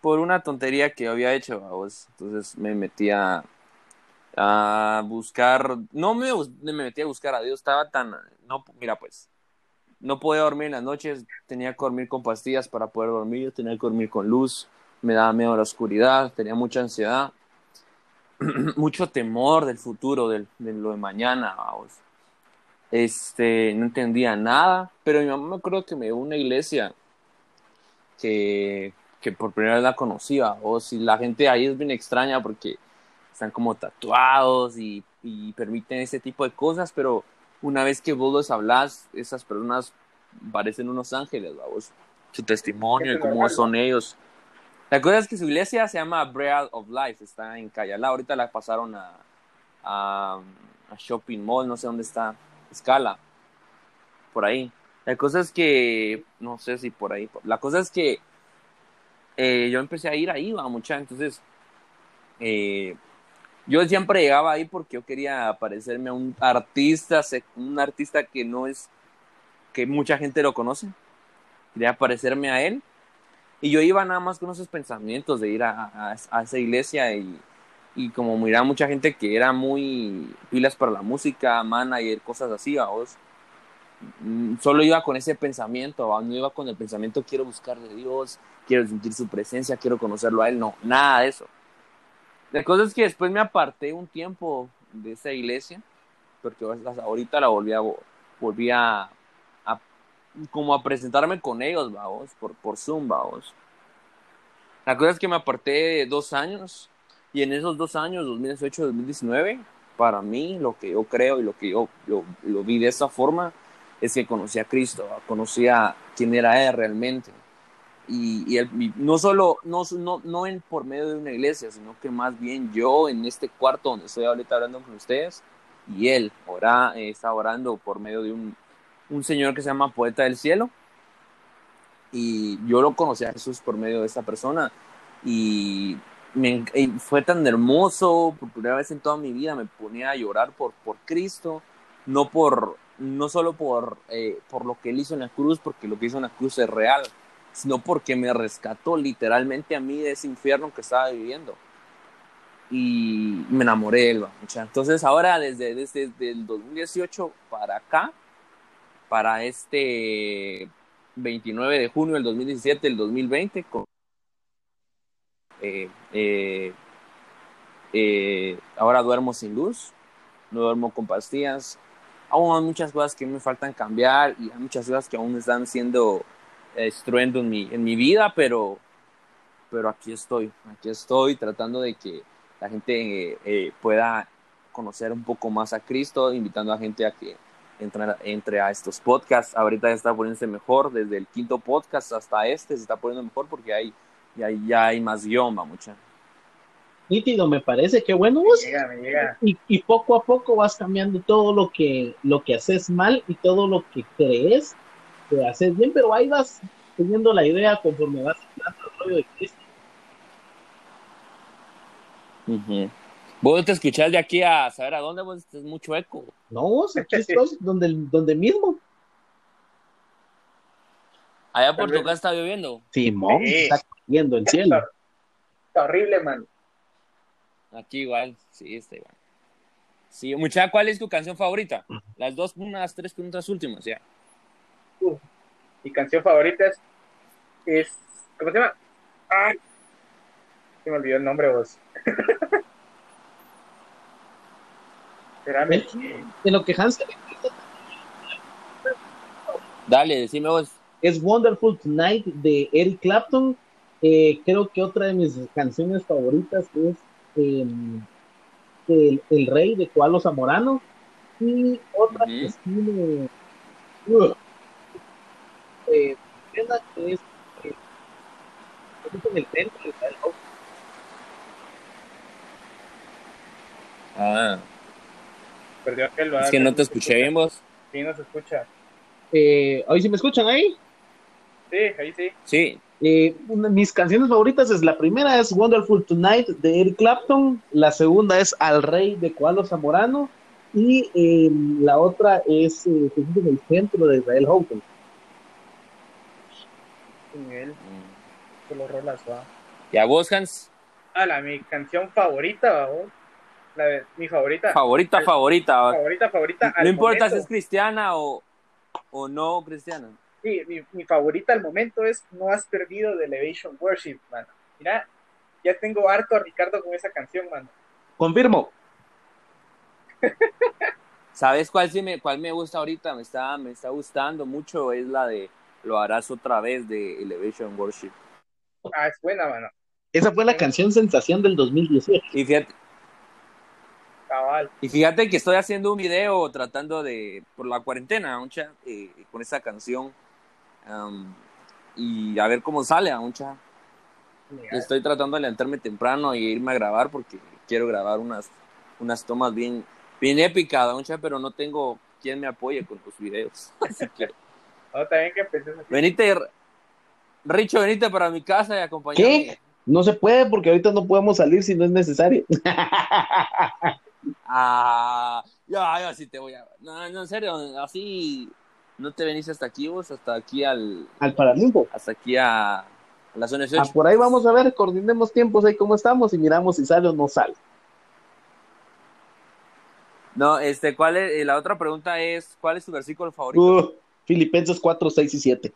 A: por una tontería que yo había hecho, babos. Entonces me metí a, a buscar, no me, bus- me metí a buscar a Dios, estaba tan, no, mira pues, no podía dormir en las noches, tenía que dormir con pastillas para poder dormir, tenía que dormir con luz, me daba miedo la oscuridad, tenía mucha ansiedad. mucho temor del futuro, del- de lo de mañana, vamos. Este, no entendía nada, pero mi mamá me acuerdo que me dio una iglesia que, que por primera vez la conocía, o si la gente ahí es bien extraña porque están como tatuados y, y permiten ese tipo de cosas, pero una vez que vos los hablas, esas personas parecen unos ángeles, vamos. Su testimonio y cómo son ellos. La cosa es que su iglesia se llama Bread of Life, está en Cayalá. Ahorita la pasaron a, a, a Shopping Mall, no sé dónde está, Escala, por ahí. La cosa es que, no sé si por ahí, la cosa es que eh, yo empecé a ir ahí, va mucha, entonces eh, yo siempre llegaba ahí porque yo quería parecerme a un artista, sec- un artista que no es, que mucha gente lo conoce, quería parecerme a él. Y yo iba nada más con esos pensamientos de ir a, a- a esa iglesia y, y como miraba mucha gente que era muy pilas para la música, manager, cosas así, vos. mm, Solo iba con ese pensamiento, ¿va? no iba con el pensamiento quiero buscar de Dios, quiero sentir su presencia, quiero conocerlo a Él, no, nada de eso. La cosa es que después me aparté un tiempo de esa iglesia, porque hasta ahorita la volví a, volví a, a- como a presentarme con ellos, vamos, por, por Zoom, vamos. La cosa es que me aparté de dos años, y en esos dos años, 2018 2019, para mí, lo que yo creo y lo que yo lo, lo vi de esa forma, es que conocí a Cristo, ¿va? conocí a quién era Él realmente y, y el- y no solo, no, no, no en, por medio de una iglesia, sino que más bien yo en este cuarto donde estoy ahorita hablando con ustedes, y él ora, eh, está orando por medio de un, un señor que se llama Poeta del Cielo, y yo lo conocí a Jesús por medio de esta persona, y, me en- y fue tan hermoso, por primera vez en toda mi vida me ponía a llorar por, por Cristo, no por no solo por, eh, por lo que él hizo en la cruz, porque lo que hizo en la cruz es real, sino porque me rescató literalmente a mí de ese infierno que estaba viviendo. Y me enamoré de él. va, mucha. Entonces ahora desde, desde, desde el 2018 para acá, para este 29 de junio del 2017, el 2020, con- eh, eh, eh, ahora duermo sin luz, no duermo con pastillas. Aún hay muchas cosas que me faltan cambiar y hay muchas cosas que aún están siendo eh, estruendo en mi, en mi vida, pero, pero aquí estoy, aquí estoy tratando de que la gente eh, eh, pueda conocer un poco más a Cristo, invitando a gente a que entre, entre a estos podcasts. Ahorita está poniéndose mejor, desde el quinto podcast hasta este se está poniendo mejor porque hay, ya, ya hay más guión, va mucha.
B: Nítido, me parece que bueno vos.
C: llega, me llega.
B: Y, y poco a poco vas cambiando todo lo que, lo que haces mal y todo lo que crees que haces bien, pero ahí vas teniendo la idea conforme vas hablando el rollo de Cristo.
A: Ujú. Vos te escuchás de aquí a saber a dónde, vos es mucho eco.
B: No, vos, aquí estoy donde, donde mismo.
A: Allá por tu casa está lloviendo.
B: Simón,
C: Sí.
B: está cayendo el cielo.
C: Está, está horrible, man.
A: Aquí igual, sí, está igual. Sí, muchacha, ¿cuál es tu canción favorita? Las dos, unas tres preguntas últimas, ya.
C: Mi canción favorita es, es- ¿cómo se llama? Ah, se me olvidó el nombre, vos. Espérame.
A: ¿Eh?
B: En lo que Hans
A: Dale, decime vos.
B: es Wonderful Tonight de Eric Clapton. Eh, creo que otra de mis canciones favoritas es eh, el, El Rey de Koalo Zamorano. Y otra
A: Ujú.
B: que es tiene. Ugh. Eh, es la que es. eh, en el templo, está el rock.
A: Ah,
C: Perdió aquel,
A: es que no te escuché bien vos.
C: Sí, no se escucha.
B: Eh, Ahí sí me escuchan ahí.
C: Sí, ahí sí.
A: Sí,
B: Eh, una de mis canciones favoritas es la primera es Wonderful Tonight de Eric Clapton, la segunda es Al Rey de Koalo Zamorano y eh, la otra es eh, Jesús en el Centro de Israel Houghton.
C: Nivel, que lo rolas, va.
A: ¿Y a vos, Hans?
C: Ah, la, mi canción favorita, va, vos. La de, mi favorita.
A: Favorita, favorita. va.
C: favorita, favorita. al
A: No importa
C: momento.
A: si es cristiana o, o no cristiana.
C: Sí, mi, mi favorita al momento es No has perdido de Elevation Worship, mano. Mira, ya tengo harto a Ricardo con esa canción, mano.
B: Confirmo.
A: ¿Sabes cuál, sí me, cuál me gusta ahorita? Me está, me está gustando mucho. Es la de Lo harás otra vez de Elevation Worship.
C: Ah, es buena, mano.
B: Esa fue la canción sensación del 2018.
A: Y fíjate,
C: Cabal.
A: y fíjate que estoy haciendo un video tratando de, por la cuarentena, Uncha, eh, con esa canción. Am, y a ver cómo sale, Uncha.
C: Mira,
A: Estoy tratando de levantarme temprano y irme a grabar porque quiero grabar unas, unas tomas bien, bien épicas, Uncha, pero no tengo quien me apoye con tus videos. Así que,
C: No, también que empecé así.
A: venite, Richo, venite para mi casa y acompañame.
B: ¿Qué? No se puede porque ahorita no podemos salir si no es necesario.
A: Ah, ya, ya sí te voy a. No, no, en serio, así no te venís hasta aquí vos, hasta aquí al.
B: Al Paralimpo.
A: Hasta aquí a, a la zona
B: Ah,
A: 18.
B: por ahí vamos a ver, coordinemos tiempos ahí cómo estamos y miramos si sale o no sale. Ah,
A: No, este, ¿cuál es? eh, La otra pregunta es: ¿cuál es tu versículo favorito?
B: Uh, Filipenses 4, 6 y 7.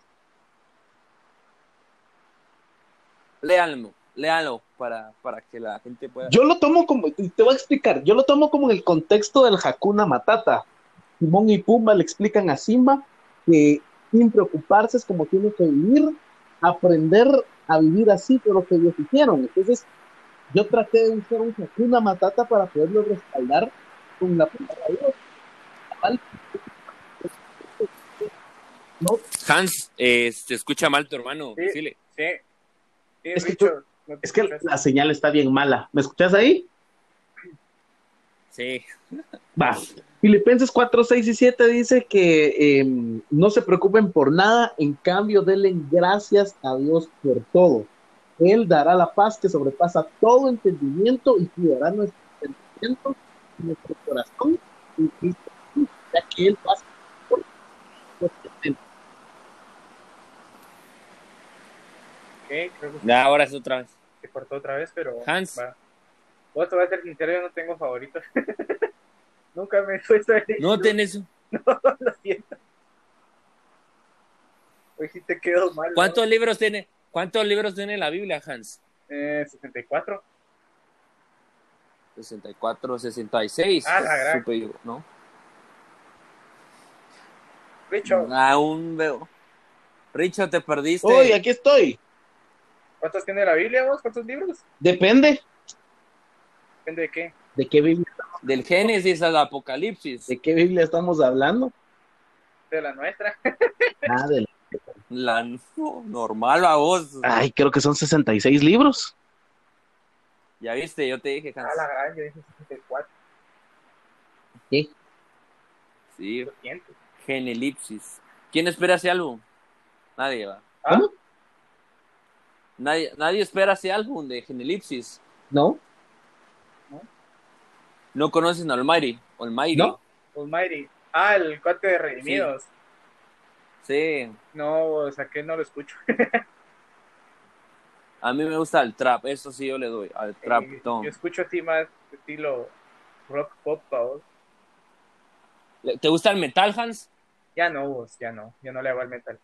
A: Léalo, léalo para, para que la gente pueda.
B: Yo lo tomo como, y te voy a explicar, yo lo tomo como en el contexto del Hakuna Matata. Timón y Pumba le explican a Simba que sin preocuparse es como tiene que vivir, aprender a vivir así por lo que ellos hicieron. Entonces, yo traté de usar un Hakuna Matata para poderlo respaldar con la palabra de Dios. Cabal. No,
A: Hans, eh, se escucha mal tu hermano,
C: Sí.
A: decile.
C: Sí. Sí,
B: Es que
C: Richard, no te
B: es que
C: escuchas.
B: la señal está bien mala. ¿Me escuchas ahí?
A: Sí.
B: Va. Filipenses 4, 6 y 7 dice que eh, no se preocupen por nada, en cambio denle gracias a Dios por todo. Él dará la paz que sobrepasa todo entendimiento y cuidará nuestro entendimiento y nuestro corazón, en Cristo Jesús, ya que Él pasa por nuestro entendimiento.
C: Ok, creo que
A: Ya, ahora es otra vez.
C: se cortó otra vez, pero.
A: Hans.
C: va. Vos te voy a ser sincero, yo no tengo favoritos. Nunca me he puesto a elegir
A: No
C: uno,
A: tenés.
C: lo siento. Hoy sí te quedo mal. ¿no?
A: ¿Cuántos libros tiene? ¿Cuántos libros tiene la Biblia, Hans?
C: Eh, 64.
A: 64, 66.
C: Ah, la gran.
A: Supe yo, ¿no?
C: Richard,
A: Aún veo. Richo, te perdiste.
B: Oye, aquí estoy.
C: ¿cuántos tiene la Biblia vos? ¿Cuántos libros?
B: Depende
C: Depende de qué.
B: de qué Biblia,
A: Del Génesis al Apocalipsis.
B: de qué Biblia estamos hablando.
C: De la nuestra.
B: Ah, de la-
A: La no, normal a vos.
B: Ay, creo que son 66 libros.
A: Ya viste, yo te dije, Hans.
C: A Ah, la gran, yo dije 64.
A: Sí,
C: Lo siento.
A: Genelipsis. ¿Quién espera ese álbum? Nadie va.
C: Ah,
B: ¿Cómo?
A: Nadie, nadie espera ese álbum de Genelipsis.
B: ¿No?
A: No conocen a Almighty. Almighty.
B: ¿No?
C: Almighty. Ah, el cuate de Redimidos.
A: Sí.
C: No, o sea que no lo escucho.
A: A mí me gusta el trap. Eso sí yo le doy. Al trap.
C: Eh,
A: Tom.
C: yo escucho a ti más estilo rock pop, pa' vos.
A: ¿Te gusta el metal, Hans?
C: Ya no, vos, ya no. Yo no le hago al metal.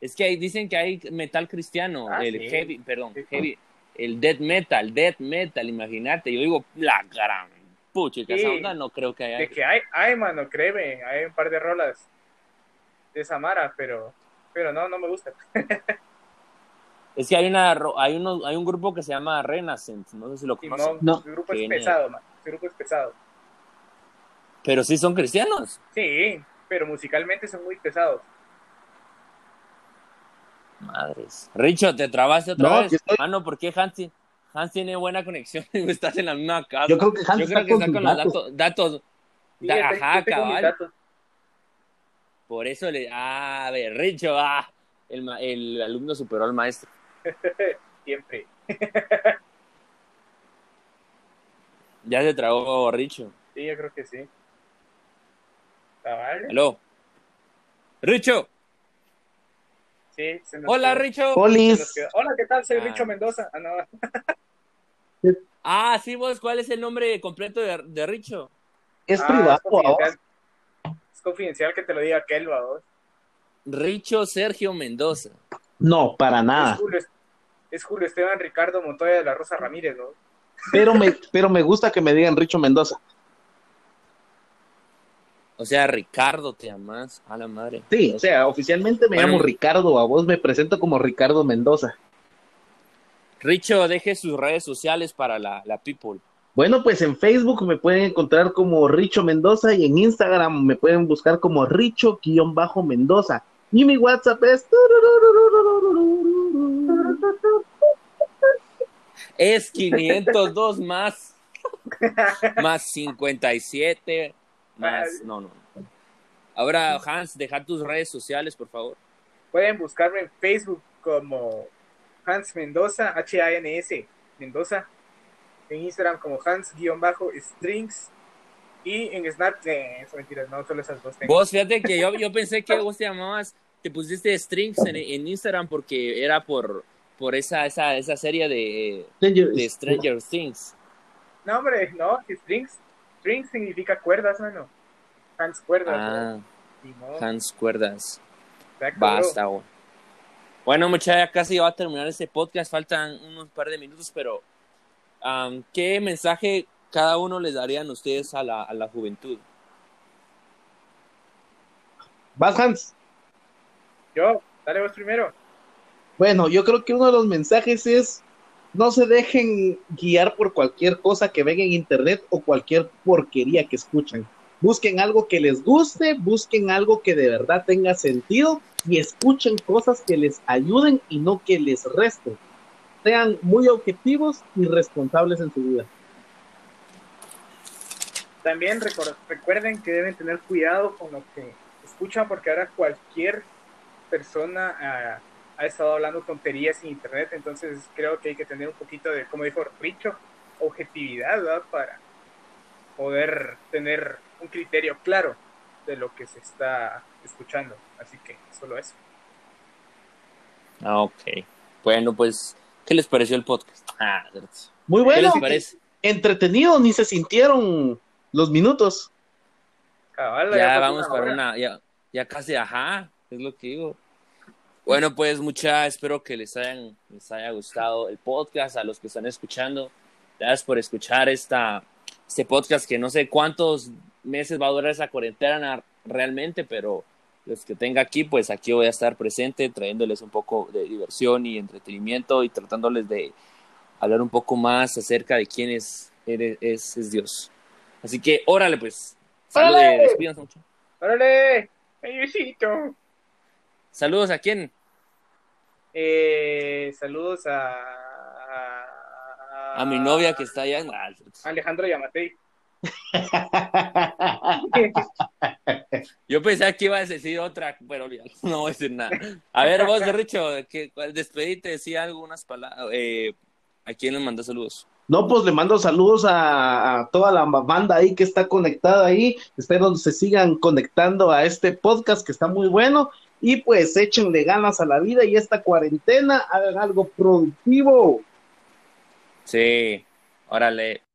A: Es que ahí dicen que hay metal cristiano,
C: Ah,
A: el
C: sí.
A: heavy, perdón,
C: Sí.
A: heavy, el death metal, death metal, imagínate. Yo digo, la gran pucha, que esa
C: Sí.
A: onda no creo que haya.
C: De que hay, hay, mano, créeme, hay un par de rolas de Samara, pero, pero no, no me gusta.
A: Es que hay una ro- hay uno, hay un grupo que se llama Renaissance, no sé si lo conocen,
C: Simón,
B: No.
C: su grupo
A: Sí,
C: es
A: ni-
C: pesado, man. Su grupo es pesado.
A: pero sí son cristianos.
C: Sí, pero musicalmente son muy pesados.
A: Madres. Richo, te trabaste otra
B: No,
A: vez.
B: aquí estoy.
A: Ah, no, ¿por qué Hans, ti- Hans tiene buena conexión y estás en la misma casa?
B: Yo creo que Hans
A: Yo creo
B: está
A: que
B: con
A: está
B: sus
A: con los
B: datos.
A: datos, datos.
C: Sí,
A: da-
C: yo te-
A: ajá,
C: yo tengo mis
A: cabal.
C: datos.
A: Por eso le. Ah, a ver, Richo, ah, el, ma- el alumno superó al maestro.
C: Siempre.
A: Ya se tragó Richo.
C: Sí, yo creo que sí. Cabal.
A: Aló. Richo.
C: Sí, se nos
A: Hola,
C: quedó-
A: Richo.
C: se
B: Polis.
C: nos quedó. Hola, ¿qué tal? Soy
A: Ah.
C: Richo Mendoza. Ah, no.
A: Ah, sí, vos, ¿cuál es el nombre completo de, de Richo?
B: Es
C: Ah,
B: privado. ahora.
C: confidencial. Es confidencial que te lo diga aquel, va, vos.
A: Richo Sergio Mendoza.
B: No, para
C: Es,
B: nada.
C: Julio, es Julio Esteban Ricardo Montoya de la Rosa Ramírez, ¿no?
B: Pero me, pero me gusta que me digan Richo Mendoza.
A: O sea, Ricardo te llamas, a la madre.
B: Sí, o sea, oficialmente me
A: Bueno.
B: llamo Ricardo, a vos me presento como Ricardo Mendoza.
A: Richo, deje sus redes sociales para la, la people.
B: Bueno, pues en Facebook me pueden encontrar como Richo Mendoza y en Instagram me pueden buscar como Richo-Mendoza. Y mi WhatsApp es...
A: Es 502 más. más 57. Más. No, no. Ahora, Hans, deja tus redes sociales, por favor.
C: Pueden buscarme en Facebook como Hans Mendoza, H-A-N-S Mendoza. En Instagram como Hans-Strings. Y en Snapchat, eh, eso mentiras, no, solo esas dos tengo.
A: Vos, fíjate que yo, yo pensé que vos te llamabas, te pusiste strings en, en Instagram porque era por, por esa, esa, esa serie de,
C: Pues,
A: de Stranger Things.
C: No, hombre, no, que Strings. Strings significa cuerdas, mano. Hans cuerdas.
A: Ah,
C: ¿no? Ni modo,
A: Hans Cuerdas.
C: exacto, bro.
A: Basta, güey. Bueno, muchachos, ya casi va a terminar este podcast. Faltan unos par de minutos, pero am, ¿qué mensaje cada uno les darían ustedes a la, a la juventud?
B: Vas, Hans.
C: Yo, dale vos primero.
B: Bueno, yo creo que uno de los mensajes es no se dejen guiar por cualquier cosa que ven en internet o cualquier porquería que escuchan. Busquen algo que les guste, busquen algo que de verdad tenga sentido y escuchen cosas que les ayuden y no que les resten. Sean muy objetivos y responsables en su vida.
C: También recor- recuerden que deben tener cuidado con lo que escuchan, porque ahora cualquier persona ah, ha, estado hablando tonterías en internet, entonces creo que hay que tener un poquito de, como dijo Richo, objetividad ¿verdad? para poder tener un criterio claro de lo que se está escuchando. Así que solo eso.
A: Ah, ok. Bueno, pues, ¿qué les pareció el podcast? Ah, ¿Qué
B: Muy bueno,
A: les parece?
B: entretenido, ni se sintieron los minutos.
C: Cabal,
A: Ya
C: pasó
A: vamos para
C: hora.
A: una, ya, ya casi, ajá, es lo que digo. Bueno, pues muchachos, espero que les, hayan, les haya gustado el podcast, a los que están escuchando. Gracias por escuchar esta, este podcast que no sé cuántos meses va a durar esa cuarentena realmente, pero los que tenga aquí, pues aquí voy a estar presente trayéndoles un poco de diversión y entretenimiento y tratándoles de hablar un poco más acerca de quién es, eres- es, es Dios. Así que órale pues. Saludos,
C: ¡Órale!
A: despídanse mucho.
C: ¡Órale! ¡Ayusito!
A: Saludos a quién?
C: Eh, saludos a, a.
A: A mi novia que está allá en Ah,
C: Alejandro Yamatei.
A: Yo pensé que ibas a decir otra, pero ya no voy a decir nada. A ver, vos, Richo, que despedite, decía algunas palabras. Eh, ¿A quién le mandó saludos?
B: No, pues le mando saludos a, a toda la banda ahí que está conectada ahí. Espero se sigan conectando a este podcast que está muy bueno. Y pues échenle ganas a la vida y esta cuarentena, hagan algo productivo.
A: Sí, órale.